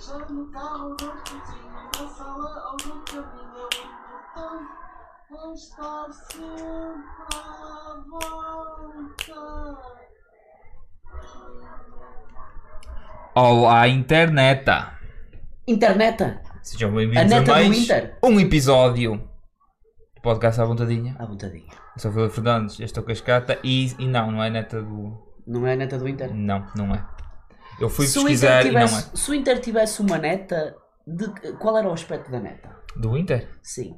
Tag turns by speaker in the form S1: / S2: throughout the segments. S1: Já no carro, no cozinho, na sala ou no caminho, o importante é estar sempre à volta.
S2: Ou à interneta.
S3: Interneta!
S2: Sejam
S3: A
S2: bem-vindos a
S3: neta do
S2: mais
S3: Inter.
S2: um episódio do podcast à vontadinha.
S3: À vontadinha.
S2: Eu sou o Filipe Fernandes, eu estou com a escata e, e não, não é neta do...
S3: Não é a neta do Inter?
S2: Não, não é. Eu fui
S3: se, o Inter
S2: pesquisar e não é.
S3: tivesse, se o Inter tivesse uma neta, de- qual era o aspecto da neta?
S2: é. Do Inter?
S3: Sim.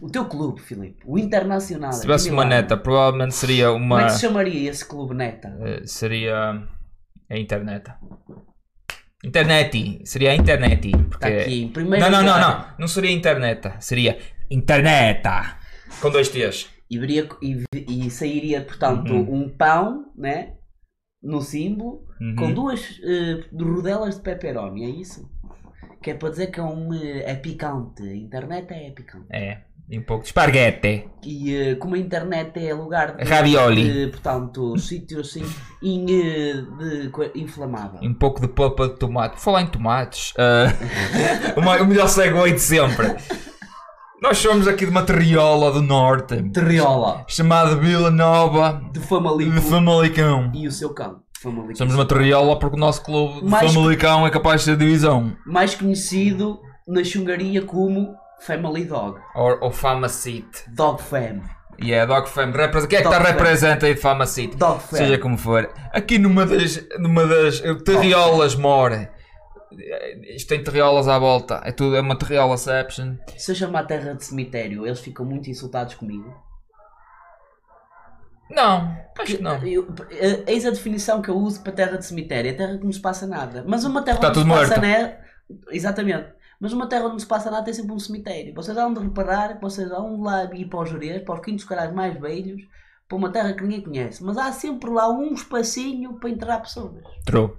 S3: O teu clube, Filipe. O Internacional.
S2: Se
S3: aqui
S2: tivesse
S3: em
S2: uma
S3: Milão.
S2: neta, provavelmente seria
S3: Como é
S2: uma...
S3: que se chamaria esse clube neta?
S2: eh, Seria a internet. Internet, seria a internet.
S3: Está
S2: Porque...
S3: Tá aqui é em primeiro
S2: Não, não, não,
S3: lugar.
S2: não. Não seria internet. Seria interneta. Com dois T's.
S3: E, viria, e, vi- e sairia, portanto, um pão, né? No símbolo,
S2: Uhum.
S3: com duas eh, rodelas de pepperoni, é isso? Que é para dizer que é, um, eh, é picante. A internet é picante.
S2: É. E um pouco de esparguete.
S3: E eh, como a internet é lugar de,
S2: Ravioli.
S3: de, portanto, sítios assim em, eh, de co- inflamável.
S2: E um pouco de polpa de tomate. Por Falar em tomates. ah, o mai- o melhor segue de sempre. Nós somos aqui de uma terriola do norte.
S3: Terriola,
S2: Chamada Vila Nova de
S3: de Famalicão
S2: Famalicão.
S3: e o seu cão, de Famalicão.
S2: Somos uma terriola porque o nosso clube de
S3: Mais-
S2: Famalicão é capaz de ser divisão.
S3: Mais conhecido na Xungaria como Family Dog,
S2: Ou, ou Famacite.
S3: Dog Fam,
S2: E é Dog Fam. Repres... Quem é que
S3: Dog
S2: está
S3: Fam.
S2: representa aí de Famacite?
S3: Dog Fam.
S2: Seja como for. Aqui numa das, numa das eh, terriolas mora. Eh, Isto tem terriolas à volta. É tudo, é uma terriolaception.
S3: Se eu chamar terra de cemitério, eles ficam muito insultados comigo.
S2: Não, acho que não.
S3: Eu, eh, eis a definição que eu uso para terra de cemitério. É terra que não se passa nada. Mas uma terra
S2: Está
S3: onde se
S2: Tá tudo
S3: passa
S2: morto.
S3: nada. Exatamente. Mas uma terra onde se passa nada tem sempre um cemitério. Vocês hão de reparar, vocês hão de lá ir para os jurês, para os quintos caras mais velhos, para uma terra que ninguém conhece. Mas há sempre lá um espacinho para entrar pessoas.
S2: True.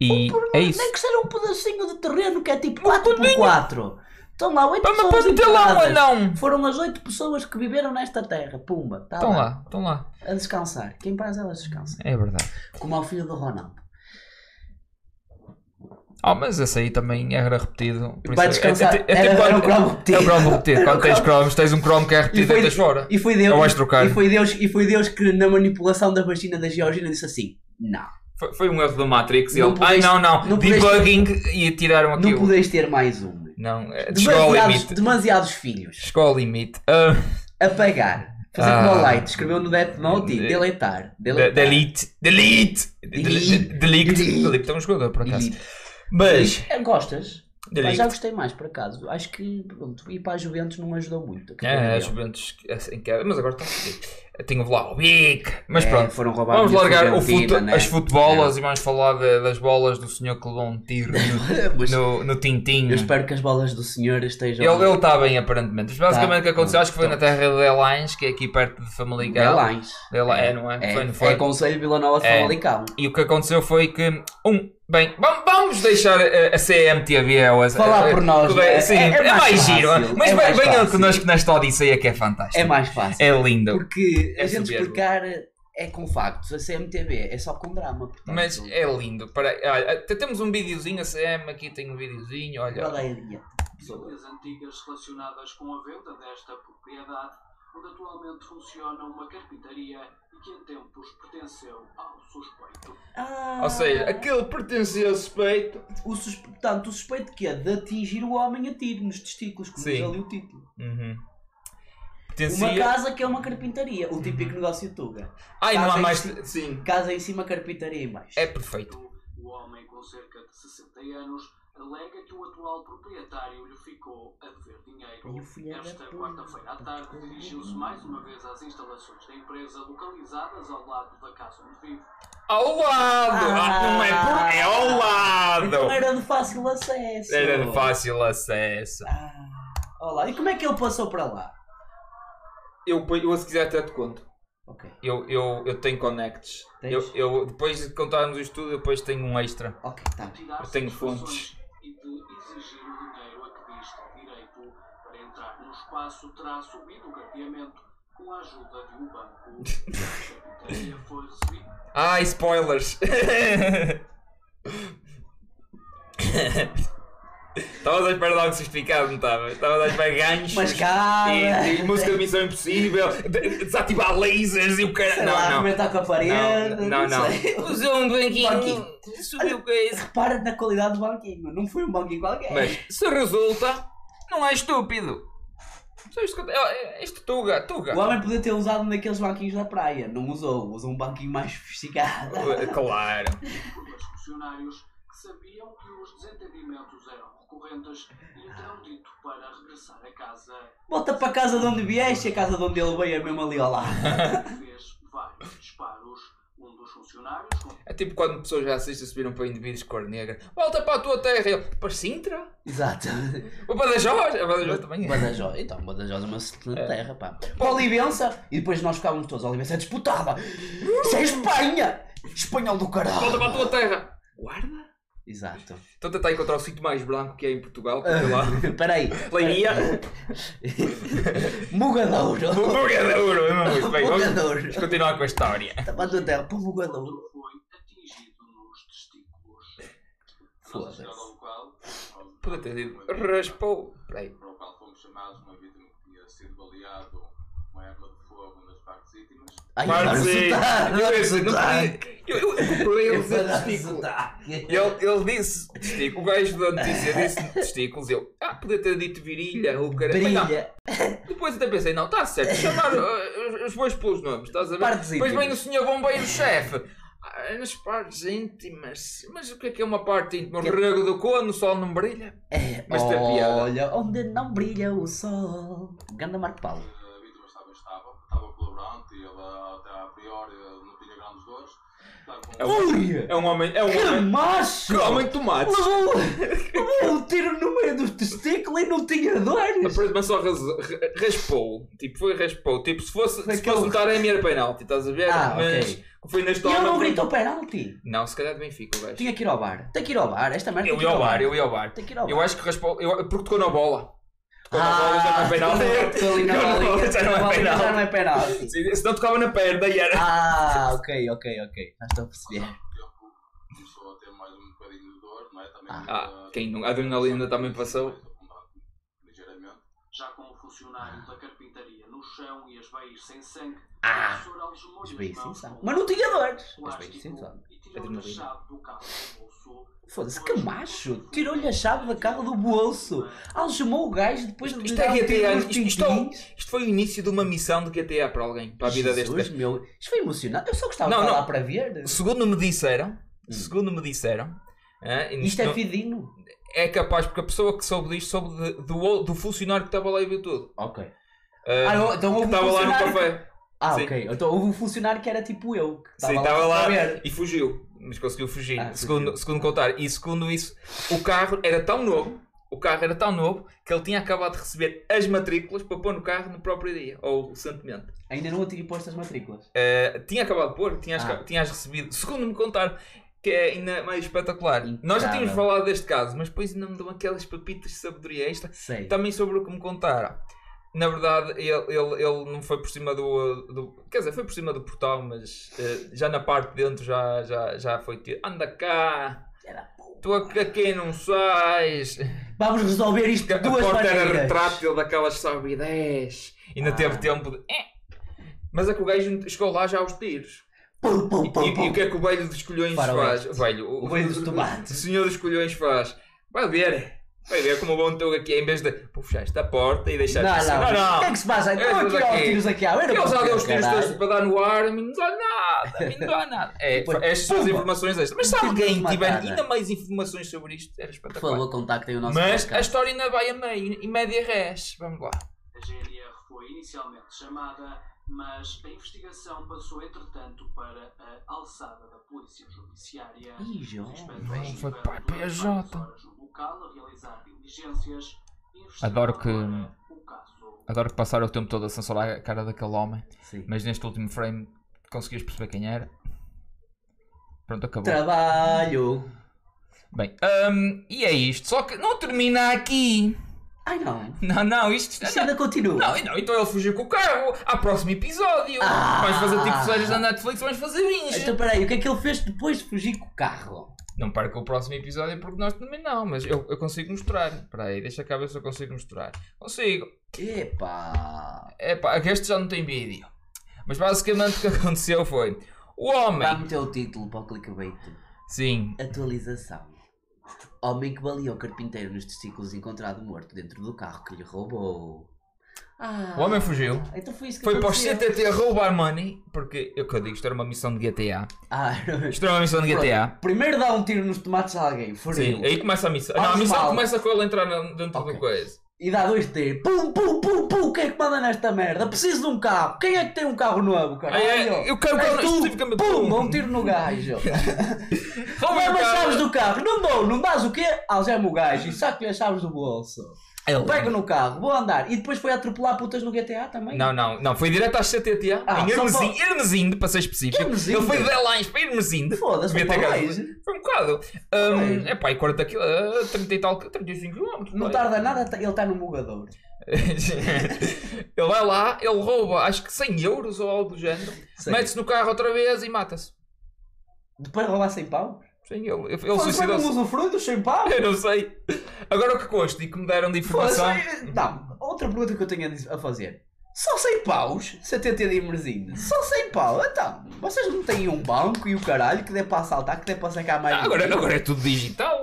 S2: E é isso. Um
S3: Nem que seja um pedacinho de terreno que é tipo 4x4. Estão lá 8
S2: Mas
S3: pessoas.
S2: pode ter lá um
S3: enterradas.
S2: anão.
S3: Foram as 8 pessoas que viveram nesta terra. Pumba. Tá
S2: Estão Então lá, estão lá.
S3: A descansar. Quem para elas descansa.
S2: É verdade.
S3: Como ao filho do Ronaldo.
S2: Ah, mas esse aí também era repetido. Por
S3: Vai
S2: isso é- é-
S3: descansar.
S2: é- é-
S3: Era-
S2: tipo
S3: era um
S2: quando-
S3: cromo repetido.
S2: É um cromo repetido. Quando tens cromos, tens um cromo que é
S3: E
S2: repetido
S3: foi-
S2: e tens fora.
S3: E foi Deus.
S2: Ou vais trocar.
S3: E foi Deus, e foi Deus que na manipulação da vagina da Georgina disse assim: "Não,
S2: Foi, foi um erro da Matrix. e
S3: Não
S2: ele, ai
S3: pudeste-
S2: não, não,
S3: não pudeste-
S2: debugging e tiraram
S3: não
S2: aquilo.
S3: podes ter mais um.
S2: Não, é, chegou ao
S3: Demasiados,
S2: limite.
S3: demasiados filhos.
S2: Chegou ao limite. Ah,
S3: Apagar. Fazer
S2: Ah.
S3: como o Light escreveu no Death Note e
S2: De-
S3: deletar.
S2: de-
S3: Deletar.
S2: delete. tá- Delete. de- de- de- Delete.
S3: Delete.
S2: Delete é um jogador, por acaso.
S3: Delete.
S2: Mas.
S3: É, Gostas? Mas
S2: Delete.
S3: já gostei mais, por acaso. Acho que pronto, ir para a Juventus não me ajudou muito.
S2: É, as Juventus em queda. Mas agora está a Tenho lá o Wick. Mas
S3: É,
S2: pronto.
S3: foram roubar
S2: Vamos
S3: a minha
S2: largar o
S3: Fiorentina,
S2: fute-
S3: né?
S2: as futebolas e vamos falar de- das bolas do senhor que levou um tiro
S3: Mas
S2: no, no, no Tintim.
S3: Eu espero que as bolas do senhor estejam.
S2: Ele está bem, aparentemente. Mas basicamente
S3: Tá.
S2: o que aconteceu, acho que foi
S3: Tá.
S2: na terra de Elines, que é aqui perto de Famalicão.
S3: Galães.
S2: Ela é, não é? Foi,
S3: É,
S2: não foi?
S3: é Conselho Vila Nova de
S2: É.
S3: Famalicão.
S2: E o que aconteceu foi que. Um, bem, vam- vamos deixar eh, a CMTV ou a,
S3: Falar
S2: eh,
S3: por nós,
S2: que-
S3: não é?
S2: Sim,
S3: É-
S2: é,
S3: é mais
S2: mais,
S3: fácil,
S2: giro. Mas
S3: é mais
S2: venham
S3: fácil.
S2: connosco nesta Odisseia que é
S3: É
S2: fantástico.
S3: mais fácil.
S2: É, lindo.
S3: Porque
S2: É
S3: a gente
S2: soberbo.
S3: explicar é com factos. A CMTV é só com drama. Portanto,
S2: Mas é lindo. Para, olha, até temos um videozinho, a CM aqui tem um videozinho. Olha,
S3: Qual é a linha?
S1: Famílias antigas relacionadas com a venda desta propriedade, onde atualmente funciona uma carpintaria e que em tempos pertenceu ao suspeito.
S3: Ah,
S2: ou seja, aquele pertencia ao suspeito.
S3: o suspe... Portanto, o suspeito que é de atingir o homem a tiro nos testículos, como diz
S2: Sim.
S3: ali o título.
S2: Uhum.
S3: Uma
S2: Pertencia.
S3: casa que é uma carpintaria. O típico
S2: Uhum.
S3: negócio de Tuga.
S2: Ai, não há
S3: casa em
S2: mais.
S3: cima-
S2: Ah, Sim.
S3: Casa em cima, carpintaria em baixo.
S2: É perfeito.
S1: O homem, com cerca de 60 anos, alega que o atual proprietário lhe ficou a dever dinheiro.
S3: E o filho da
S1: Esta
S3: puta.
S1: quarta-feira à tarde, dirigiu-se mais uma vez às instalações da empresa localizadas ao lado da casa onde vive.
S2: Ao lado! Ah, não é por. É ao
S3: Então
S2: lado!
S3: era de fácil acesso.
S2: Era de fácil acesso.
S3: Ah, olá. E como é que ele passou para lá?
S2: Eu, eu se quiser até te conto.
S3: Ok.
S2: Eu, eu, eu tenho connects.
S3: Tens?
S2: Eu, eu- depois de contarmos o estudo, eu depois tenho um extra.
S3: Ok, tá. bem.
S1: tirar
S2: Eu tenho
S1: satisfações E de exigir o dinheiro a que diz ter direito para entrar no espaço terá subido o carteamento com a ajuda de um banco. A carteira
S2: Ah,
S1: foi recebida
S2: Ai, spoilers! Estavas à espera de algo sofisticado, não estavas? Estavas à espera de ganchos.
S3: Mas calma.
S2: E, e música de missão impossível, de- desativar lasers e o cara.
S3: Sei lá,
S2: Não, não.
S3: arrebentar com a parede.
S2: Não, não.
S3: sei.
S2: não. Usou um banquinho,
S3: Banquinho.
S2: subiu coisa.
S3: Repara na qualidade do banquinho, não foi um banquinho qualquer.
S2: Mas se resulta, não é estúpido. Só isto que eu- é- é- Este Tuga, Tuga.
S3: O homem podia ter usado um daqueles banquinhos da praia, não usou, usou um banquinho mais sofisticado.
S2: É Claro.
S1: por dois funcionários que sabiam que os desentendimentos eram recorrentes e lhe terão dito para regressar a casa.
S3: Volta para a casa de onde vieste, a casa de onde ele veio é mesmo ali ao lado.
S1: Fez vários disparos. Um dos funcionários com
S2: É tipo quando pessoas racistas subiram para indivíduos um de cor negra. Volta para a tua terra. Ele, Para Sintra?
S3: Exato.
S2: Ou para Badajoz? É Badajoz também é.
S3: Badajoz, então, Badajoz é uma excelente terra, pá. Para Olivença, e depois nós ficávamos todos, Olivença é disputada. Isso é Espanha! Espanhol do
S2: Volta para
S3: caralho.
S2: a tua terra. Guarda?
S3: Exato.
S2: Estou a tentar encontrar o sítio mais branco que é em Portugal. Que é lá.
S3: Espera aí,
S2: Leiria.
S3: Mugadouro.
S2: Bugadouro. é mesmo isso. Bem, vamos-
S3: Bugadouro.
S2: vamos continuar com a história.
S3: Está para a tua terra, Tá para o Mugadouro.
S1: outro foi atingido nos testículos.
S3: Foda-se.
S1: Nossa Senhora ao local, ao-
S2: Podia ter dito. Raspou. Peraí.
S1: Para o qual fomos chamados, uma vítima que tinha sido baleado com uma arma de fogo nas partes íntimas.
S3: Ai,
S2: Parte
S3: adoro
S2: C.
S3: sotaque,
S2: Eu
S3: adoro
S2: disse, não
S3: sotaque.
S2: podia- eu- eu- eu comprei ele dizer
S3: Eu adoro
S2: testículo.
S3: sotaque.
S2: E Ele, ele disse testículo. O gajo da notícia disse testículos. Eu, ah, podia ter dito virilha ou cara. Mas não,
S3: Brilha.
S2: Depois até pensei, não, está certo, chamar uh, os- os bois pelos nomes, estás a ver?
S3: Partes
S2: Depois vem o
S3: íntimas.
S2: senhor bombeiro-chefe. Ah, Nas partes íntimas. Mas o que é que é uma parte íntima? O
S3: Que-
S2: rego do cono, o sol não brilha?
S3: É,
S2: Mas tem piada.
S3: olha, onde não brilha o sol. Ganda Marco Paulo.
S1: eh, A vítima estava estável, estava colaborante e ela até a priori eh, não tinha grandes dores. Estava com
S2: É um,
S3: Ui!
S2: é um homem. É um
S3: Que
S2: homem.
S3: macho!
S2: Que homem de tomates.
S3: Levou, um, levou o tiro no meio dos testículos e não tinha dores.
S2: Mas só ras, ra- raspou. Tipo, foi raspou. Tipo, se fosse, se
S3: Daquele-
S2: fosse um Taremi era penalti, estás a ver?
S3: Ah,
S2: Mas
S3: ok.
S2: foi
S3: E
S2: neste
S3: ele
S2: homem-
S3: não gritou penalti.
S2: Não, se calhar de Benfica, o gajo.
S3: Tinha que ir ao bar. Tem que ir ao bar. Esta merda
S2: Eu
S3: tem que
S2: ia
S3: ir
S2: ao bar, eu ia ao bar.
S3: Tem que ir ao
S2: Eu
S3: bar.
S2: acho que raspou. Eu, porque tocou na bola. Tocou na bola já não
S3: Ah,
S2: é penalti.
S3: tocou ali na
S2: Tocou na bola,
S3: bolinha,
S2: já não é
S3: na bolinha, Já
S2: penalti.
S3: não é penalti.
S2: Se não tocava na perna e era.
S3: Ah, ok, ok, ok. Já estou a perceber.
S1: tempo, começou a ter mais um bocadinho de dor, não é? Também
S3: Ah.
S2: Ah, quem não- a adrenalina também passou.
S1: Ligeiramente. Já com o funcionário da carpintaria no chão e as veias sem sangue,
S3: Ah,
S1: o professor algemou-lhe
S3: Mas
S1: as
S3: bem
S1: mãos
S3: sensato.
S1: com um
S3: Mas não tinha dores. Mas bem
S1: plástico
S3: sensato.
S1: e tirou a
S2: Adrenalina.
S1: chave do carro do bolso.
S3: Foda-se, que macho! Tirou-lhe a chave do carro do bolso! Algemou o gajo depois de
S2: Isto
S3: lhe
S2: é
S3: dar um tiro
S2: GTA.
S3: nos
S2: Isto, isto,
S3: tintins.
S2: isto foi o início de uma missão de GTA para alguém, para a vida deste
S3: Jesus,
S2: gajo.
S3: meu, isto foi emocionante. Eu só gostava
S2: Não,
S3: de falar
S2: não.
S3: para ver.
S2: Segundo me disseram, segundo me disseram, ah, e
S3: Hum. Isto é
S2: não-
S3: fidino.
S2: é capaz, porque a pessoa que soube disto soube de- do, o- do funcionário que estava lá e viu tudo.
S3: Ok.
S2: Ah,
S3: Ah, eu- então
S2: que
S3: houve um
S2: estava lá no
S3: funcionário-
S2: café.
S3: Ah,
S2: Sim.
S3: ok. Então houve um funcionário que era tipo eu. Que
S2: Sim, estava
S3: a
S2: lá
S3: ver.
S2: e fugiu. Mas conseguiu fugir.
S3: Ah,
S2: segundo,
S3: fugiu.
S2: segundo contar. E segundo isso, o carro era tão novo. O carro era tão novo que ele tinha acabado de receber as matrículas para pôr no carro no próprio dia, ou recentemente.
S3: Ainda não tinha posto as matrículas.
S2: Eh, tinha acabado de pôr, tinhas,
S3: Ah.
S2: tinhas recebido, segundo me contaram, que é ainda mais espetacular.
S3: Impecável.
S2: Nós já tínhamos falado deste caso, mas depois ainda me dão aquelas papitas de sabedoria extra.
S3: Sei.
S2: Também sobre o que me contaram. Na verdade, ele, ele, ele não foi por cima do, do. Quer dizer, foi por cima do portal, mas eh, já na parte de dentro já, já, já foi tido. Anda cá,
S3: Era-
S2: tu é aqui não sais.
S3: Vamos resolver isto
S2: A
S3: de duas
S2: porta era
S3: maneiras.
S2: retrátil daquelas sabidez. Ainda
S3: Ah.
S2: teve tempo de. eh. Mas é que o gajo chegou lá já aos tiros.
S3: Pum, pum,
S2: E,
S3: pum,
S2: e o
S3: pum.
S2: que é que o velho dos colhões
S3: Faroeste.
S2: faz? Velho,
S3: O velho dos tomates.
S2: O senhor dos colhões faz. Vai ver. Vai ver como o bom teu aqui é, em vez de puxar esta porta e deixar
S3: Não,
S2: assim.
S3: não.
S2: não.
S3: O que é que se passa? Então
S2: Estas
S3: aqui, ó,
S2: aqui.
S3: tiros aqui à beira.
S2: Ele já
S3: porque,
S2: deu os tiros
S3: caralho.
S2: todos para dar no ar, a mim não dá nada, a mim não dá nada. É,
S3: Depois,
S2: estas são as
S3: pumba.
S2: informações extras. Mas se
S3: Tiro
S2: alguém
S3: de
S2: tiver
S3: matada.
S2: ainda mais informações sobre isto, era
S3: Por
S2: espetacular.
S3: favor, contactem o nosso
S2: Mas a
S3: podcast.
S2: história ainda vai a meio, e média res. Vamos lá.
S1: A GNR foi inicialmente chamada, mas a investigação passou, entretanto, para a alçada da Polícia Judiciária.
S3: Ih, jovem.
S1: Inspetores
S2: Foi para a
S1: tiveram durante
S2: PJ.
S1: várias horas no local a realizar diligências e investigar
S2: Adoro que-
S1: agora o caso.
S2: Adoro que passaram o tempo todo a censurar a cara daquele homem,
S3: Sim.
S2: mas neste último frame conseguias perceber quem era. Pronto, acabou.
S3: Trabalho.
S2: Bem, hum, e é isto. Só que não termina aqui.
S3: Ai não.
S2: Não, não, isto.
S3: Isto ainda continua.
S2: Não, não, então ele fugiu com o carro. Há próximo episódio.
S3: Ah.
S2: Vamos fazer tipo séries da Netflix, vamos fazer binge.
S3: Então peraí, o que é que ele fez depois de fugir com o carro?
S2: Não perca o próximo episódio porque nós também não, mas eu, eu consigo mostrar. Espera aí, deixa cá ver se eu consigo mostrar. Consigo.
S3: Epá!
S2: Epá, este já não tem vídeo. Mas basicamente o que aconteceu foi... O homem...
S3: Vai meter o título para o clickbait.
S2: Sim.
S3: Atualização. Homem que baleou carpinteiro nos testículos encontrado morto dentro do carro que lhe roubou. Ah,
S2: O homem fugiu.
S3: Então foi isso que
S2: Foi para o
S3: aconteceu.
S2: CTT roubar money. Porque, eu que eu digo, isto era uma missão de GTA.
S3: Ah,
S2: Isto era uma missão de GTA.
S3: primeiro dá um tiro nos tomates de alguém, furil.
S2: Sim, aí começa a missão. Não, a
S3: Vamos
S2: missão
S3: mal.
S2: começa com ele entrar na- dentro
S3: Ok.
S2: da coisa.
S3: E dá dois tiros. Pum, pum, pum, pum. Quem é que manda nesta merda? Preciso de um carro. Quem é que tem um carro novo, cara?
S2: Ai, ai, eu quero um carro especificamente
S3: Pum,
S2: tu.
S3: dá um tiro no gajo.
S2: Rouba
S3: Leva
S2: o
S3: as
S2: carro.
S3: chaves do carro. Não dou, não dás o quê? Algema o gajo e saco-lhe as chaves do bolso.
S2: Ele-
S3: Pega no carro, vou andar. E depois foi atropelar putas no GTA também.
S2: Não, não, não, foi direto à CTTA,
S3: Ah,
S2: é? em
S3: só
S2: Hermesim- Hermesinde, para ser específico.
S3: Que Hermesinde?
S2: Ele foi de Elães para Hermesinde.
S3: Foda-se,
S2: Devia
S3: foi
S2: ter
S3: para
S2: gasto-
S3: longe.
S2: Foi um bocado. Um,
S3: longe.
S2: é pá, e 40 km, 30 e tal, 35 km.
S3: Não tarda nada, tá- ele está no mugador.
S2: ele vai lá, ele rouba, acho que 100 euros ou algo do género,
S3: Sim.
S2: mete-se no carro outra vez e mata-se.
S3: Depois roubar sem pau?
S2: Sim, ele, ele- ele
S3: Foi- foi
S2: suicidou-se.
S3: no usufruto dos sem pau?
S2: Eu não sei. Agora o que consta e que me deram de
S3: Foda-se,
S2: informação.
S3: Não, outra pergunta que eu tenho a diz- a fazer. Só 100 paus? 70 de Imerzinho. Só 100 pau? Então, vocês não têm um banco e o caralho que dê para assaltar, que dê para sacar mais
S2: Ah, agora,
S3: dinheiro?
S2: agora é tudo digital.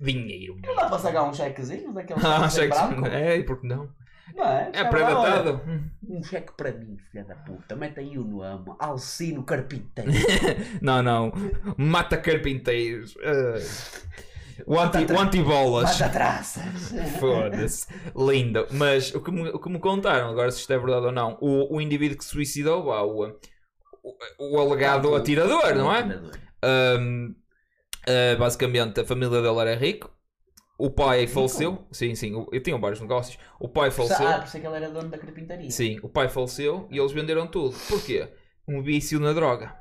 S2: Dinheiro.
S3: Não dá para sacar um chequezinho daquele
S2: Ah,
S3: cheque branco?
S2: é, e por que não?
S3: Não é?
S2: É Hum.
S3: Chega lá, olha,
S2: pré-datado.
S3: Um cheque para mim, filha da puta. Mete aí o nome. Alcino Carpinteiro.
S2: Não, não. Mata carpinteiros. Ah. O anti- o anti-bolas.
S3: Mata traças.
S2: Foda-se. Lindo. Mas o que, me, o que me contaram, agora se isto é verdade ou não, o, o indivíduo que se suicidou, vá, o, o, o alegado
S3: O-
S2: atirador, não é?
S3: Atirador.
S2: Ahm, ah, basicamente, a família dele era rico. O pai faleceu. Sim, sim. o- Eu tinha vários negócios. O pai faleceu.
S3: Ah, por isso é que ele era dono da carpintaria.
S2: Sim, o pai faleceu e eles venderam tudo. Porquê? Um vício na droga.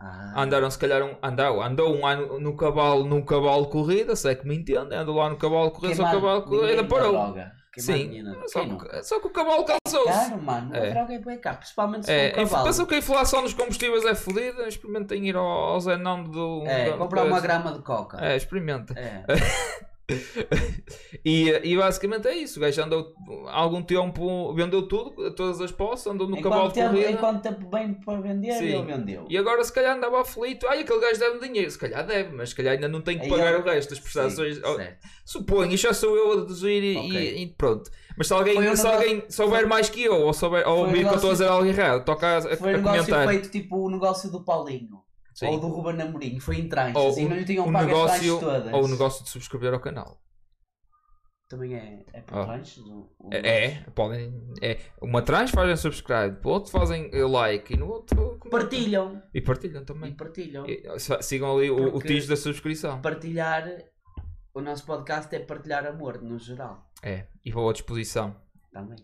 S3: Ah,
S2: Andaram, se calhar, um, andou, andou um ano no cavalo, no cavalo de corrida, se é que me entende, andou lá no cavalo de corrida, só que o cavalo de corrida parou. Sim, só
S3: Sim.
S2: que, só que o cavalo calçou-se.
S3: Caro, mano.
S2: É.
S3: A droga é bué caro, principalmente se
S2: É,
S3: for um
S2: inf-
S3: cavalo.
S2: pensam que a inflação dos combustíveis é fodida, experimentem ir ao, ao Zé Nome do...
S3: É,
S2: da-
S3: comprar
S2: coisa.
S3: uma grama de coca.
S2: um É, experimenta.
S3: É.
S2: E, e basicamente é isso, o gajo andou há algum tempo, vendeu tudo, todas as posses, andou no
S3: Em
S2: cavalo
S3: quanto
S2: de
S3: tempo,
S2: corrida.
S3: em quanto tempo bem para vender,
S2: Sim.
S3: ele vendeu.
S2: E agora se calhar andava aflito, ai aquele gajo deve-me dinheiro, se calhar deve, mas se calhar ainda não tem que
S3: Aí
S2: pagar
S3: ele-
S2: o resto das prestações.
S3: Sim,
S2: Oh,
S3: certo.
S2: Suponho, isto já sou eu a deduzir e,
S3: Ok.
S2: e- e pronto. Mas se alguém,
S3: Foi um
S2: se
S3: negócio-
S2: alguém souber mais que eu, ou, souber, ou
S3: Foi um
S2: ouvir que eu estou a
S3: negócio-
S2: dizer algo errado, toca a, a-
S3: Foi
S2: a
S3: um negócio
S2: comentar.
S3: feito tipo o negócio do Paulinho.
S2: Sim.
S3: Ou do Ruben Amorim. Foi em tranches.
S2: Ou
S3: e não lhe tinham
S2: o
S3: pago as
S2: negócio,
S3: tranches todas.
S2: ou o negócio de subscrever ao canal.
S3: Também é, é por
S2: Ah.
S3: tranches? o- o
S2: É, é, podem. É. Uma trans fazem subscribe, o outro fazem eh, like e no outro. comentam.
S3: Partilham.
S2: E partilham
S3: E
S2: também.
S3: partilham.
S2: E, sa- sigam ali o, o
S3: Porque-
S2: tijo da subscrição.
S3: Partilhar. O nosso podcast é partilhar amor, no geral. Tá
S2: É, e vou à disposição.
S3: Também.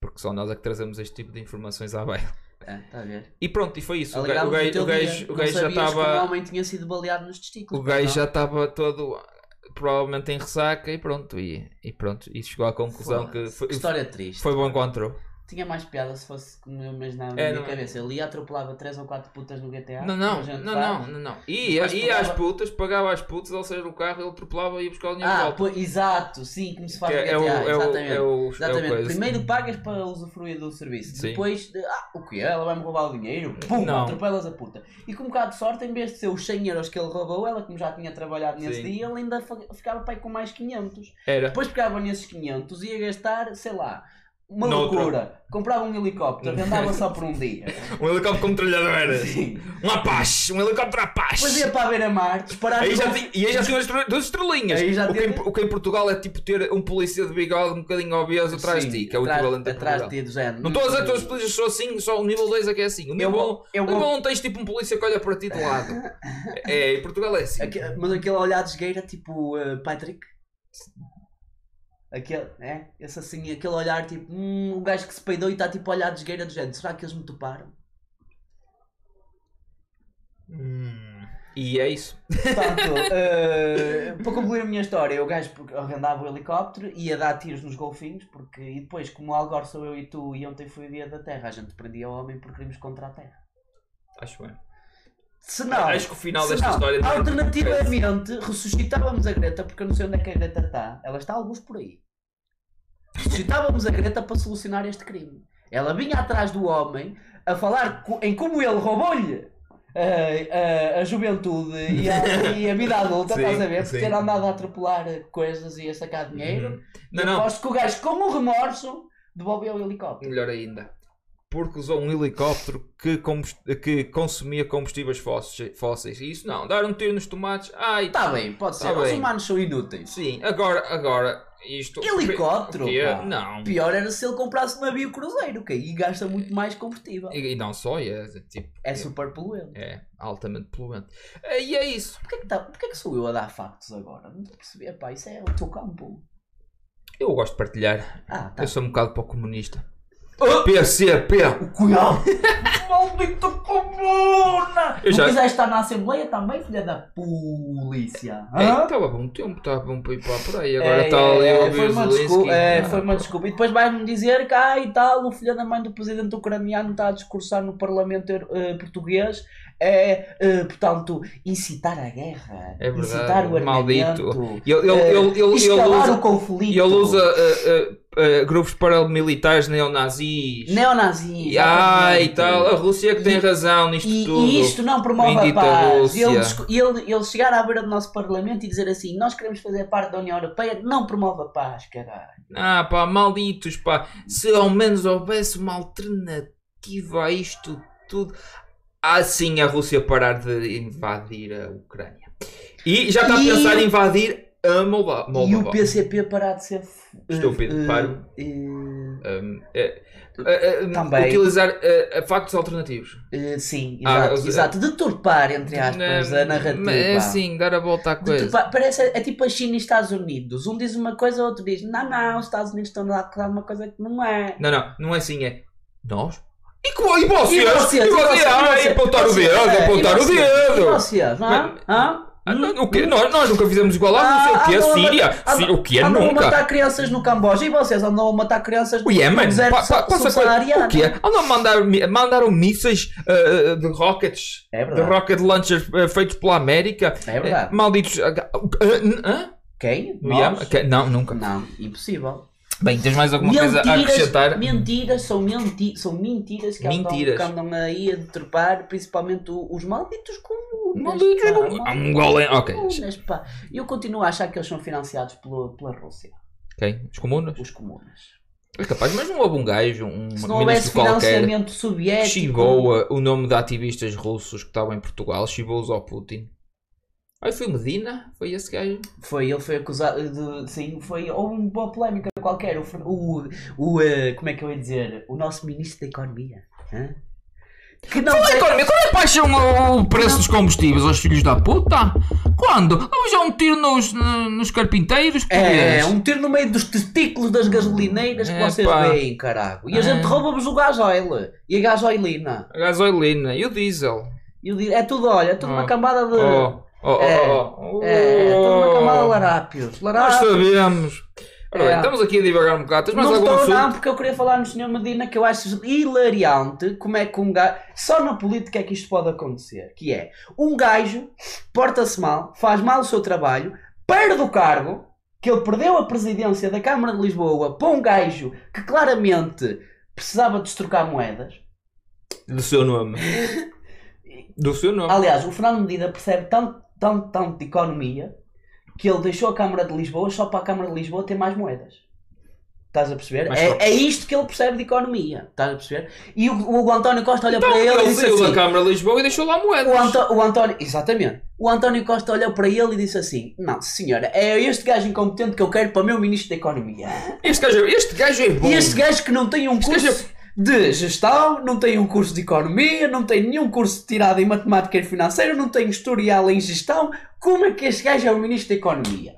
S2: Porque só nós é que trazemos este tipo de informações à baila.
S3: É, está a ver?
S2: E pronto, e foi isso. O ga- o
S3: Alegámos
S2: gajo,
S3: teu
S2: o gajo,
S3: dia,
S2: o gajo
S3: não
S2: já
S3: sabias que um
S2: estava.
S3: homem tinha sido baleado nos testículos.
S2: O gajo
S3: não?
S2: já estava todo. Provavelmente em ressaca e pronto. E, e pronto. E chegou à conclusão que
S3: Foda-se,
S2: foi,
S3: história é triste.
S2: foi bom encontro.
S3: Tinha mais piada se fosse como eu imaginava na
S2: É,
S3: minha
S2: não é?
S3: cabeça. Ele ia atropelava 3 ou 4 putas no GTA.
S2: Não,
S3: como
S2: não,
S3: É? a gente
S2: não, não,
S3: faz.
S2: não, não. E
S3: Depois
S2: ia às
S3: pagava-
S2: putas, pagava às putas, ele saía do carro, ele atropelava e ia buscar o dinheiro de
S3: Ah,
S2: volta.
S3: pô, exato, sim, como se
S2: Que
S3: faz no
S2: é,
S3: GTA.
S2: é o, é o,
S3: exatamente.
S2: é o,
S3: Exatamente.
S2: é o coisa.
S3: Primeiro pagas para usufruir do serviço.
S2: Sim.
S3: Depois, de- ah, o que Ela vai-me roubar o dinheiro? Pum,
S2: Não.
S3: atropelas a puta. E com um bocado de sorte, em vez de ser os 100 euros que ele roubou, ela, como já tinha trabalhado nesse
S2: Sim.
S3: dia, ele ainda fa- ficava pai com mais 500.
S2: Era.
S3: Depois pegava nesses 500 e ia gastar, sei lá, uma
S2: Noutra.
S3: loucura. Comprava um helicóptero, vendava só por um dia.
S2: Um helicóptero com metralhadora.
S3: Sim. é,
S2: Um Apache. Um helicóptero Apache.
S3: Depois ia para a beira-mar, disparava.
S2: Aí já tinha, e aí já tinha as duas estrelinhas.
S3: Aí já
S2: o, que em,
S3: tinha-
S2: o que em Portugal é tipo ter um polícia de bigode um bocadinho obeso atrás de ti, que é o equivalente a
S3: atrás
S2: Portugal.
S3: de ti, do género.
S2: Não estou a dizer que todos os polícias são assim, só o nível 2 é que é assim. O
S3: Eu
S2: nível 1
S3: vou. Eu vou.
S2: não tens tipo um polícia que olha para ti de lado. É, em Portugal é assim.
S3: Aque- mas aquele olhar de esgueira, tipo eh, Patrick. Aquele, é? Esse assim, aquele olhar tipo, hum, um gajo que se peidou e está tipo a olhar de esgueira do género. Será que eles me toparam?
S2: Hum, e é isso.
S3: Portanto, eh, para concluir a minha história, o gajo porque arrendava o helicóptero, ia dar tiros nos golfinhos, porque e depois, como o Algor sou eu e tu, e ontem foi o dia da Terra, a gente prendia o homem porque queríamos contra a Terra.
S2: Acho bem.
S3: Se não,
S2: Acho que o final
S3: se
S2: desta
S3: não,
S2: história. não é-
S3: Alternativamente, ressuscitávamos a Greta, porque eu não sei onde é que a Greta está. Ela está alguns por aí. Ressuscitávamos a Greta para solucionar este crime. Ela vinha atrás do homem a falar co- em como ele roubou-lhe eh, a, a, a juventude e a, e a vida adulta,
S2: Sim,
S3: estás a ver?
S2: sim. Uhum.
S3: Por ter andado a atropelar coisas e a sacar dinheiro.
S2: Hum. Não,
S3: Eu
S2: não.
S3: aposto que o gajo, com o remorso, devolveu o helicóptero.
S2: Melhor ainda. Porque usou um helicóptero que, combust- que consumia combustíveis fósseis. fósseis. E isso não. Dar um tiro nos tomates. Ai,
S3: Está bem, pode
S2: Tá
S3: ser. Os
S2: bem.
S3: humanos são inúteis.
S2: Sim, agora, agora. Isto.
S3: Helicóptero,
S2: O é quê?
S3: pá.
S2: Não.
S3: Pior era se ele comprasse um navio cruzeiro, que aí gasta muito mais combustível.
S2: E, e não só, é, tipo,
S3: É super poluente.
S2: é altamente poluente. E é isso.
S3: Porquê que, tá, porquê que sou eu a dar factos agora? Não estou a perceber, pá, isso é o teu campo.
S2: Eu gosto de partilhar.
S3: Ah, tá.
S2: Eu sou um bocado para o comunista.
S3: Ah!
S2: PCP!
S3: O Cuial! Maldita comuna!
S2: Eu
S3: não
S2: já-
S3: quiseste estar na Assembleia também, filha da polícia?
S2: É.
S3: Hã?
S2: Estava bom tempo, estava bom para ir para por aí.
S3: É,
S2: Agora está ali
S3: é,
S2: a
S3: é,
S2: ouvir
S3: foi
S2: o
S3: uma,
S2: Zelensky.
S3: desculpa, é,
S2: Ah,
S3: foi uma desculpa. E depois vai-me dizer que ah, e tal, o filho da mãe do presidente ucraniano está a discursar no parlamento eh, português. É, eh, portanto, incitar a guerra,
S2: É verdade,
S3: incitar o armamento,
S2: E Ele, ele,
S3: eh,
S2: ele, ele, ele
S3: escalar
S2: usa,
S3: o conflito,
S2: ele usa ah, ah, ah, grupos paramilitares neonazis.
S3: neonazis.
S2: E, ah, e
S3: exatamente.
S2: tal. A Rússia que tem
S3: E-
S2: razão nisto
S3: E,
S2: tudo.
S3: e isto não promove a
S2: Bendita
S3: paz.
S2: Rússia.
S3: Ele, discu- ele, ele chegar à beira do nosso parlamento e dizer assim: Nós queremos fazer parte da União Europeia, não promove a paz, caralho.
S2: Ah, pá, malditos, pá. Se ao menos houvesse uma alternativa a isto tudo. Assim a Rússia parar de invadir a Ucrânia. E já está
S3: E-
S2: a pensar em invadir a Molda- Moldova.
S3: E o PCP parar de ser f-
S2: Estúpido,
S3: eh,
S2: paro.
S3: eh,
S2: Um, é, é, é,
S3: Também.
S2: Utilizar é, é, factos alternativos.
S3: eh, sim,
S2: Ah,
S3: exato,
S2: os-
S3: exato. Deturpar, entre aspas,
S2: Não,
S3: a narrativa.
S2: mas É assim, dar a volta à coisa.
S3: Deturpar- parece, é tipo a China e Estados Unidos. Um diz uma coisa, o outro diz: Não, não, os Estados Unidos estão lá a acusar uma coisa que não é.
S2: Não, não, não é assim, é nós. E, co- e vocês?
S3: E vocês?
S2: E
S3: E vocês? E
S2: Ai,
S3: vocês?
S2: apontar o
S3: Vocês?
S2: dedo,
S3: É,
S2: apontar
S3: e
S2: o
S3: vocês? E
S2: dedo.
S3: vocês? Hã? Hã?
S2: Ah, não, o quê? Nós, nós nunca fizemos igual a não sei
S3: Hum? Ah,
S2: o quê, a
S3: andam a
S2: Síria.
S3: matar-
S2: Sim, o quê?
S3: Andam a
S2: é Nunca.
S3: matar crianças no Camboja e vocês andam a matar crianças no
S2: O Iémen,
S3: deserto
S2: pa- pa- passa coisa.
S3: subsaariano.
S2: O quê? Andam a mandar, mi- mandaram mísseis ah, ah, de rockets, de
S3: É verdade.
S2: rocket launchers ah, feitos pela América. Eh,
S3: É verdade.
S2: Malditos. ah, ah, hã?
S3: Quem?
S2: No
S3: Nós?
S2: Iémen? Que- Não, nunca.
S3: Não, impossível.
S2: Bem, tens mais alguma coisa a
S3: Mentiras,
S2: acrescentar?
S3: mentiras, são, menti são mentiras, que,
S2: Mentiras.
S3: Andam, que andam aí a deturpar, principalmente o- os malditos comunas.
S2: Malditos,
S3: pá,
S2: um- há um gol em- Ok,
S3: comunas, pá. Eu continuo a achar que eles são financiados pelo- pela Rússia,
S2: ok. Os comunas?
S3: os comunas.
S2: É capaz, mas não houve um gajo, um
S3: Se não houvesse
S2: ministro qualquer,
S3: financiamento
S2: que
S3: soviético.
S2: chivou uh, o nome de ativistas russos que estavam em Portugal, chivou-os ao Putin. Ai, foi o Medina? Foi esse gajo?
S3: Foi, ele foi acusado de. Sim, foi. Houve uma polémica qualquer. O, Fer- o, o, eh, Como é que eu ia dizer? O nosso ministro da Economia. hã? Que não tem-
S2: Economia, quando é que baixam o preço dos combustíveis aos filhos da puta? Quando? Vamos já um tiro nos, nos carpinteiros?
S3: É, um tiro no meio dos testículos das gasolineiras que
S2: Epá.
S3: vocês veem, caralho. E a gente
S2: Ah.
S3: rouba-vos o gasóleo e a gasolina.
S2: A gasolina e o diesel.
S3: E o di- é tudo, olha, é tudo uma
S2: Oh.
S3: cambada de.
S2: Oh, oh, oh,
S3: É.
S2: oh, oh.
S3: É, é tudo uma camada de
S2: Oh.
S3: larápios.
S2: Nós
S3: Larápios.
S2: sabemos. Ora bem,
S3: É.
S2: estamos aqui a divagar um bocado. Tens mais
S3: não
S2: algum
S3: estou
S2: assunto?
S3: não, porque eu queria falar no Sr. Medina que eu acho hilariante como é que um gajo. Só na política é que isto pode acontecer. Que é um gajo porta-se mal, faz mal o seu trabalho, perde o cargo, que ele perdeu a presidência da Câmara de Lisboa para um gajo que claramente precisava de trocar moedas.
S2: Do seu nome. Do seu nome.
S3: Aliás, o Fernando Medina percebe tanto, tanto, tanto de economia que ele deixou a Câmara de Lisboa só para a Câmara de Lisboa ter mais moedas. Estás a perceber?
S2: Mais
S3: É,
S2: trocas.
S3: é isto que ele percebe de economia. Estás a perceber? E o, o António Costa olha para ele e
S2: Então, Ele
S3: diz
S2: saiu da
S3: assim.
S2: Câmara de Lisboa e deixou lá moedas.
S3: O, Anto- o António, exatamente. O António Costa olhou para ele e disse assim: Não, senhora, é este gajo incompetente que eu quero para o meu ministro da Economia.
S2: Este, gajo, este gajo é bom.
S3: E este gajo que não tem um
S2: Este
S3: curso
S2: gajo
S3: de gestão, não tem um curso de economia, não tem nenhum curso tirado em matemática e financeira, não tem historial em gestão, como é que este gajo é o ministro da economia?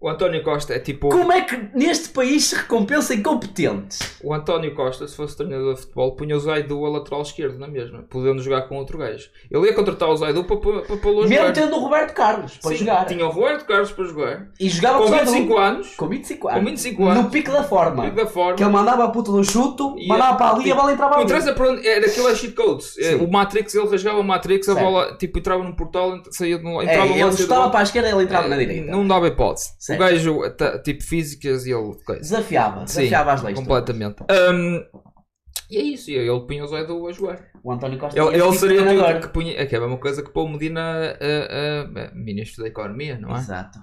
S2: O António Costa é tipo.
S3: Como é que neste país se recompensa incompetentes?
S2: O António Costa, se fosse treinador de futebol, punha o Zaidu a lateral esquerdo, na mesma, podendo jogar com outro gajo. Ele ia contratar o Zaidu para pô- para pô-lo a
S3: Mesmo
S2: jogar.
S3: tendo o Roberto Carlos para
S2: Sim,
S3: jogar.
S2: Tinha o Roberto Carlos para jogar.
S3: E jogava
S2: com
S3: o Zaidu.
S2: 25 anos.
S3: Com 25
S2: Com
S3: anos.
S2: 25 anos.
S3: No pico da forma.
S2: Da forma.
S3: Que é ele mandava a puta do chuto,
S2: E
S3: mandava
S2: é-
S3: para ali e a bola entrava
S2: Não
S3: ali.
S2: interessa para onde. Era aquilo é cheat codes. É,
S3: Sim.
S2: O Matrix, ele rasgava o Matrix, a
S3: Certo.
S2: bola tipo, entrava num portal, ent- saía de um lado.
S3: É,
S2: Entrava lá,
S3: ele
S2: saía do
S3: chutava
S2: outro.
S3: para a esquerda e ele entrava na
S2: É,
S3: direita.
S2: Não dava hipótese.
S3: Certo.
S2: O gajo, tá, tipo, físicas e ele. coisa.
S3: Desafiava,
S2: Sim,
S3: desafiava as leis.
S2: Completamente. Hum, e é isso, e ele punha o Zaidu a jogar.
S3: O António Costa
S2: Ele,
S3: é
S2: ele
S3: esse tipo de
S2: seria o
S3: treinador.
S2: tipo que punha. É que é a mesma coisa que pôr o Medina a, a- a- ministro da Economia, não é?
S3: Exato.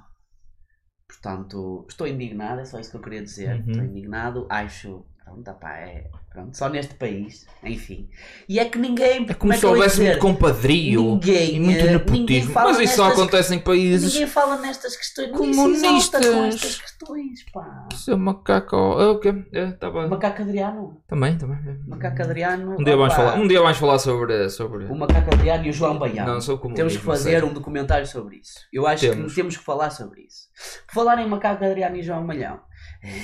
S3: Portanto, estou indignado, é só isso que eu queria dizer.
S2: Uhum.
S3: Estou indignado, acho. Pronto, opá, é. Pronto, só neste país, enfim. E é que ninguém.
S2: É como
S3: é
S2: se
S3: que eu ia
S2: houvesse muito
S3: dizer?
S2: compadrio
S3: Ninguém,
S2: e muito
S3: eh, ninguém
S2: nepotismo.
S3: fala
S2: Mas isso só
S3: nestas-
S2: acontece em países.
S3: Ninguém fala nestas questões. Ninguém se exalta
S2: Comunistas.
S3: com estas questões, pá.
S2: Seu macaco. Ah, o quê? É, tá bem.
S3: Macaco Adriano.
S2: Também, também.
S3: Macaco Adriano.
S2: Um dia,
S3: opá,
S2: vamos falar, um dia vamos falar sobre. sobre...
S3: O Macaco Adriano e o João Baiano.
S2: Não, sobre comunismo,
S3: Temos que fazer
S2: sei.
S3: um documentário sobre isso. Eu acho
S2: Temos.
S3: que temos que falar sobre isso. Por falar em Macaco Adriano e João Malhão.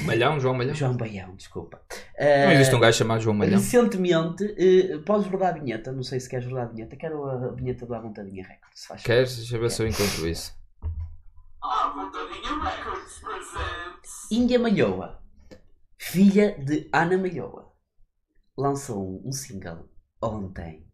S2: Malhão, um- João Malhão.
S3: João Baião, desculpa.
S2: Não
S3: Eh,
S2: existe um gajo chamado João Malhão.
S3: recentemente, eh, podes rodar a vinheta, não sei se queres rodar a vinheta, quero a vinheta do Amontadinha Record, se faz favor.
S2: Queres? Deixa eu ver se eu encontro isso.
S1: Ah, Vontadinha Records presentes.
S3: Índia Malhoa, filha de Ana Malhoa, lançou um single ontem,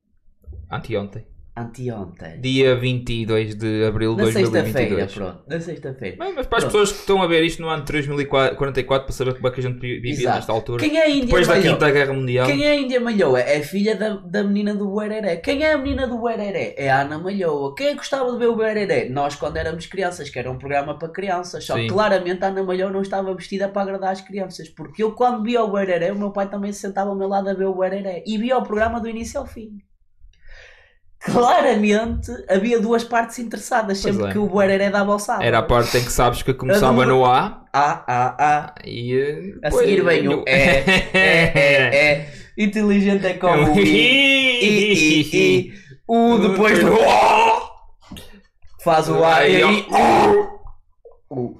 S2: Anteontem.
S3: anteontem,
S2: Dia 22 de abril de
S3: na sexta-feira,
S2: 2022.
S3: pronto, na sexta-feira.
S2: Bem, mas para as
S3: Pronto.
S2: pessoas que estão a ver isto no ano de 3044, para saber como é que a gente vi- vivia
S3: Exato.
S2: nesta altura.
S3: Quem é a Índia
S2: Depois da
S3: Malhoa?
S2: Quinta Guerra Mundial.
S3: Quem é a Índia Malhoa? É filha da, da menina do Uereré. Quem é a menina do Uereré? É a Ana Malhoa. Quem é que gostava de ver o Uereré? Nós, quando éramos crianças, que era um programa para crianças. Só
S2: Sim.
S3: que claramente a Ana Malhoa não estava vestida para agradar as crianças. Porque eu, quando via o Uereré, o meu pai também se sentava ao meu lado a ver o Uereré. E via o programa do início ao fim. Claramente havia duas partes interessadas,
S2: Pois
S3: sempre
S2: é.
S3: que o Uereré dava ao sábado.
S2: Era a parte em que sabes que começava no A
S3: Ah, ah, ah.
S2: e. eh,
S3: A
S2: depois-
S3: seguir vem o é, é, é, é. Inteligente é como o I. I, I, I. O depois do faz o A e aí o.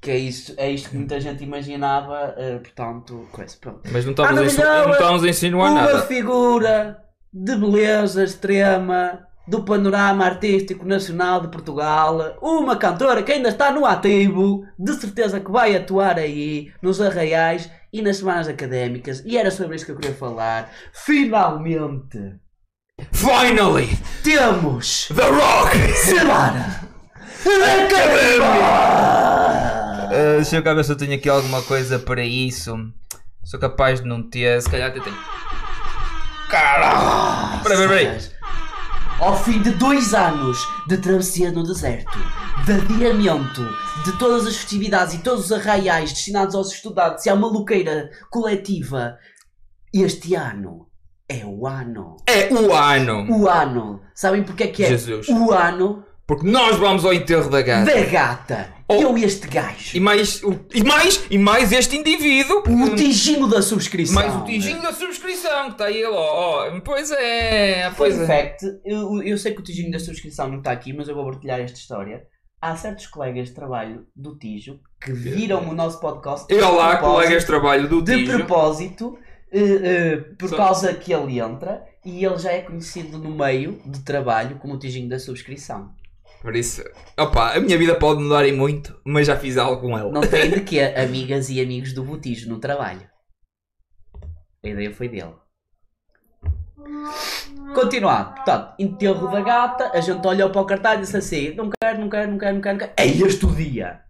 S3: Que é isto, é isto que muita gente imaginava, eh, portanto, coisa, pronto.
S2: Mas não estamos,
S3: Ah,
S2: a,
S3: não,
S2: insu-
S3: não,
S2: não estamos a insinuar
S3: Uma
S2: nada.
S3: figura de beleza extrema do panorama artístico nacional de Portugal, uma cantora que ainda está no ativo, de certeza que vai atuar aí nos arraiais e nas semanas académicas, e era sobre isso que eu queria falar. Finalmente
S2: Finally!
S3: temos
S2: The Rock!
S3: Semana
S2: Academy!
S3: Académica!
S2: Uh, deixa eu cá ver se eu tenho aqui alguma coisa para isso. Sou capaz de não ter, se calhar até tenho. Caralho! Peraí, peraí, peraí.
S3: Ao fim de dois anos de travessia no deserto, de adiamento de todas as festividades e todos os arraiais destinados aos estudantes e à maluqueira coletiva, este ano é o ano.
S2: É o ano!
S3: O ano. Sabem porque é que é?
S2: Jesus.
S3: O ano
S2: Porque nós vamos ao enterro da gata.
S3: da gata.
S2: Oh.
S3: Eu e este
S2: E
S3: gajo.
S2: mais, o- e mais, e mais este indivíduo. Hum,
S3: O tijinho da subscrição.
S2: Mais o tijinho da subscrição que está aí, ó. ó. Pois é, pois
S3: Fun
S2: é.
S3: fact, eu, eu sei que o Tijinho da subscrição não está aqui, mas eu vou partilhar esta história. Há certos colegas de trabalho do Tijo que viram o nosso podcast
S2: E olá,
S3: propósito-
S2: colegas de trabalho do
S3: de
S2: Tijo.
S3: propósito, eh, eh, por
S2: Só-
S3: causa que ele entra e ele já é conhecido no meio de trabalho como o Tijinho da subscrição.
S2: Por isso, opa, a minha vida pode mudar em muito, mas já fiz algo com ela.
S3: Não tem de quê amigas e amigos do Botijo no trabalho. A ideia foi dele. Continuar. Portanto, enterro da gata, a gente olhou para o cartaz e disse assim: não quero, não quero, não quero, não quero, não quero. É este o dia.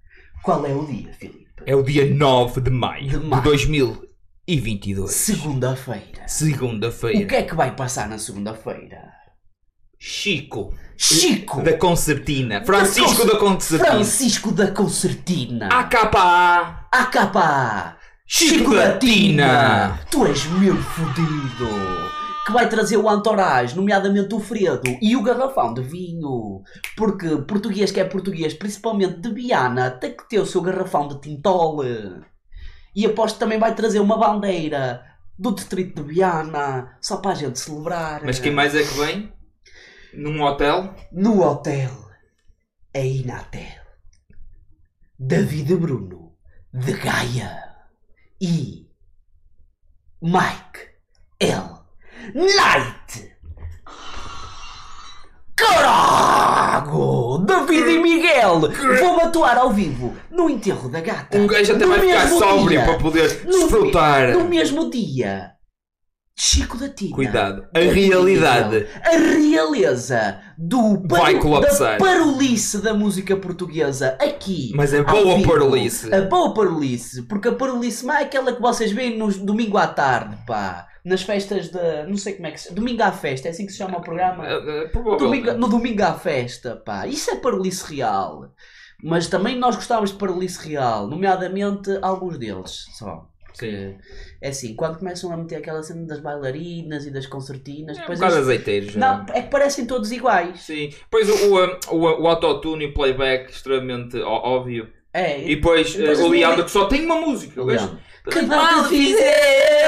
S3: Qual é o dia, Filipe?
S2: É o dia 9 de maio
S3: De
S2: de,
S3: maio.
S2: 2022.
S3: Segunda-feira. O
S2: Segunda-feira.
S3: que é que vai passar na segunda-feira?
S2: Chico
S3: Chico!
S2: da Concertina. Francisco da Concertina. Ah.
S3: Francisco da Concertina!
S2: AKA
S3: AKA!
S2: Chico da Tina.
S3: Tu és mesmo fodido! Que vai trazer o Antorage, nomeadamente o Fredo e o garrafão de vinho. Porque português que é português, principalmente de Viana, tem que ter o seu garrafão de Tintol. E aposto que também vai trazer uma bandeira do distrito de Viana, só para a gente celebrar.
S2: Mas quem mais é que vem? Num hotel?
S3: No hotel, aí na tela, David Bruno, de Gaia e Mike L. Knight. Carago! David e Miguel! Vou-me atuar ao vivo no enterro da gata.
S2: Um gajo até
S3: No
S2: vai ficar
S3: mesmo
S2: sóbrio
S3: dia.
S2: para poder
S3: No me-
S2: desfrutar.
S3: No mesmo dia. Chico da Tina.
S2: Cuidado. A
S3: David
S2: realidade.
S3: Miguel. A realeza do
S2: Vai colapsar.
S3: da parolice da música portuguesa aqui.
S2: Mas é
S3: ao
S2: boa
S3: vivo.
S2: parolice.
S3: A boa parolice, porque a parolice má é aquela que vocês veem no domingo à tarde, pá. Nas festas da. Não sei como é que se chama. Domingo à festa, é assim que se chama o programa.
S2: Eh, eh,
S3: Domingo-
S2: Provavelmente.
S3: no domingo à festa, pá. Isso é parolice real. Mas também nós gostávamos de parolice real, nomeadamente alguns deles só.
S2: Sim.
S3: É assim, quando começam a meter aquela cena das bailarinas e das concertinas,
S2: É um
S3: depois.
S2: bocado
S3: eles-
S2: azeiteiro. já.
S3: Não, é que parecem todos iguais.
S2: Sim. Pois o, o, eh, o, o autotune e o playback extremamente ó- óbvio.
S3: É.
S2: E depois eh,
S3: Depois
S2: o
S3: o
S2: Leandro
S3: Leandro-
S2: que só tem uma música. O gajo.
S3: Leandro. Que mal fiz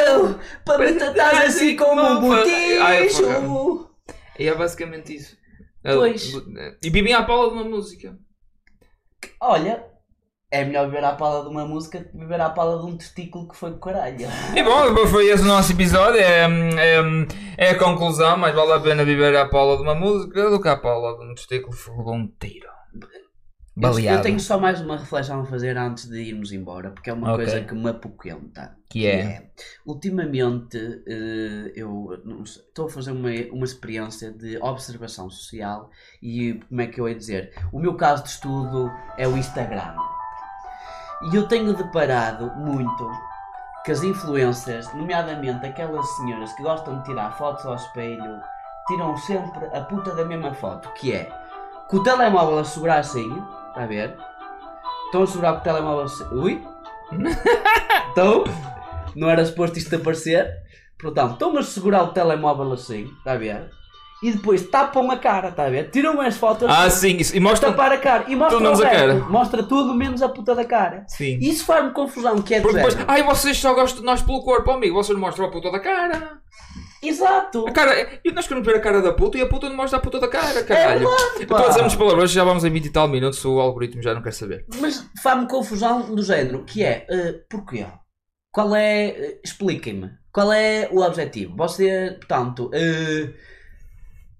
S3: eu para me tratar assim como um
S2: Ai, porra.
S3: botijo.
S2: E é basicamente isso.
S3: Pois.
S2: Eh, E vivem à pala de uma música.
S3: Olha, é melhor beber à pala de uma música que beber à pala de um testículo que foi do caralho.
S2: E bom, foi esse o nosso episódio. É, é, é a conclusão, mas vale a pena viver à pala de uma música do que à pala de um testículo que levou um tiro. Baleado.
S3: Eu tenho só mais uma reflexão a fazer antes de irmos embora, porque é uma
S2: Ok.
S3: coisa que me apoquenta.
S2: Que é?
S3: Ultimamente, eh, eu não sei, estou a fazer uma, uma experiência de observação social e como é que eu ia dizer? O meu caso de estudo é o Instagram. E eu tenho deparado muito que as influencers, nomeadamente aquelas senhoras que gostam de tirar fotos ao espelho, tiram sempre a puta da mesma foto, que é com o telemóvel a segurar assim, está a ver? Estão a segurar com o telemóvel assim. Ui! Estão? Não era suposto isto aparecer. Portanto, estão-me a segurar o telemóvel assim, está a ver? E depois tapam a cara, está a ver? Tiram as fotos
S2: Ah, sim, isso. E mostra.
S3: tapar a cara e mostra
S2: Tudo menos
S3: o
S2: a
S3: resto.
S2: cara.
S3: Mostra tudo menos a puta da cara.
S2: Sim.
S3: E Isso faz-me confusão, que é do
S2: Porque depois,
S3: género.
S2: ai, vocês só gostam de nós pelo corpo, amigo. Vocês não mostram a puta da cara.
S3: Exato.
S2: A cara, e nós queremos ver a cara da puta e a puta não mostra a puta da cara, caralho.
S3: É verdade, pá.
S2: Estou a dizer muitas palavras, já vamos em 20 e tal minutos, o algoritmo já não quer saber.
S3: Mas faz-me confusão do género, que é, eh, porquê? Qual é, eh, expliquem-me, qual é o objetivo? Você, portanto, eh,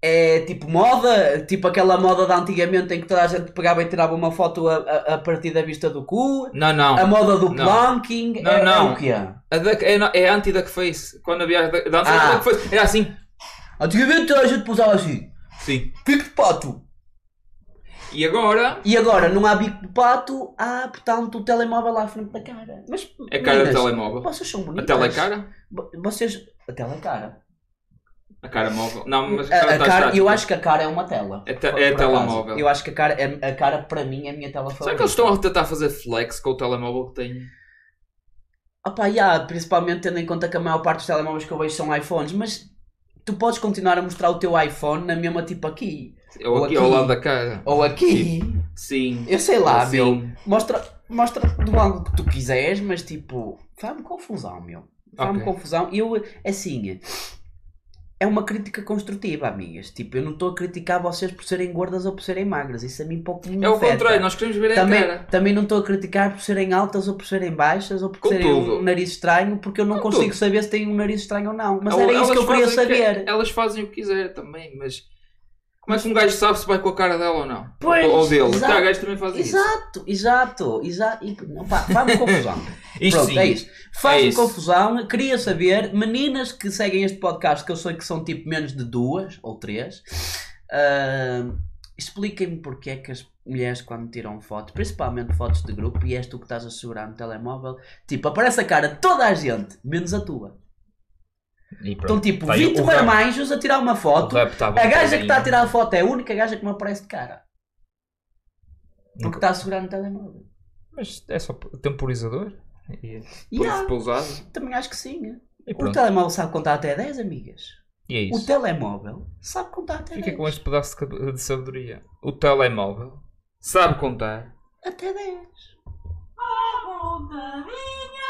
S3: é tipo moda? Tipo aquela moda de antigamente em que toda a gente pegava e tirava uma foto a, a- a partir da vista do cu?
S2: Não, não.
S3: A moda do
S2: Não.
S3: planking?
S2: Não,
S3: é,
S2: não.
S3: é o quê?
S2: A duck- é, na- é anti-duckface. Quando havia a duck- da antes
S3: Ah.
S2: da duckface, era assim.
S3: Antigamente toda a gente pousava assim,
S2: Sim.
S3: pico de pato.
S2: E agora
S3: E agora não há bico de pato, há portanto o telemóvel lá à frente da cara. Mas
S2: é a cara do
S3: meninas,
S2: telemóvel.
S3: Vocês são
S2: A
S3: bonitas.
S2: tela é cara?
S3: Vo- Vocês. A tela é cara.
S2: A cara móvel. Não, Ah, mas a
S3: A-
S2: cara
S3: a
S2: está
S3: cara-
S2: estática.
S3: eu acho que a cara é uma tela.
S2: É te-
S3: Por-
S2: é
S3: por acaso.
S2: telemóvel.
S3: Eu acho que a cara, é- a cara para mim é a minha tela
S2: Será
S3: favorita.
S2: que eles estão a tentar fazer flex com o telemóvel que têm?
S3: Opa, yeah, principalmente tendo em conta que a maior parte dos telemóveis que eu vejo são iPhones, mas tu podes continuar a mostrar o teu iPhone na mesma tipo aqui.
S2: Ou
S3: Ou
S2: aqui
S3: aqui.
S2: ao lado da cara?
S3: Ou aqui.
S2: Sim.
S3: Eu sei lá,
S2: Assim.
S3: meu. Mostra, mostra do ângulo que tu quiseres, mas tipo, faz-me confusão, meu. Faz-me
S2: Ok.
S3: confusão. Eu, assim, é uma crítica construtiva, amigas. Tipo, eu não estou a criticar vocês por serem gordas ou por serem magras. Isso a mim pouco me
S2: É o
S3: afeta.
S2: contrário, é nós queremos ver a
S3: Também,
S2: cara.
S3: também não estou a criticar por serem altas ou por serem baixas ou por terem
S2: Contudo.
S3: um nariz estranho, porque eu não
S2: Contudo.
S3: consigo saber se têm um nariz estranho ou não. Mas
S2: Ou-
S3: era isso que eu
S2: elas
S3: queria
S2: fazem o que-
S3: saber.
S2: elas fazem o que quiser também, mas. Como é que um gajo sabe se vai com a cara dela ou não?
S3: Pois,
S2: ou, ou dele?
S3: exato.
S2: Tá, o gajo também faz isso.
S3: Exato, exato, exato. E, opá, Faz-me confusão.
S2: Isto
S3: Pronto,
S2: sim.
S3: é isso. Faz-me
S2: isso.
S3: confusão. Queria saber, meninas que seguem este podcast, que eu sei que são tipo menos de duas ou três, ah, expliquem-me porque é que as mulheres, quando tiram foto, principalmente fotos de grupo, e és tu que estás a segurar no telemóvel, tipo, aparece a cara de toda a gente, menos a tua.
S2: E pronto.
S3: Então, tipo,
S2: Tá aí
S3: 20
S2: o rap.
S3: barmanjos a tirar uma foto.
S2: O rap tá bom
S3: A gaja que
S2: também.
S3: está a tirar a foto é a única gaja que me aparece de cara. Porque está a segurar no telemóvel.
S2: Mas é só temporizador? E
S3: E há,
S2: pousado?
S3: também acho que sim.
S2: E
S3: O
S2: pronto.
S3: telemóvel sabe contar até 10, amigas.
S2: E é
S3: O
S2: isso.
S3: telemóvel sabe contar até
S2: Fica
S3: 10.
S2: com este pedaço de cab- de sabedoria. O telemóvel sabe contar.
S3: Até 10.
S4: Bunda minha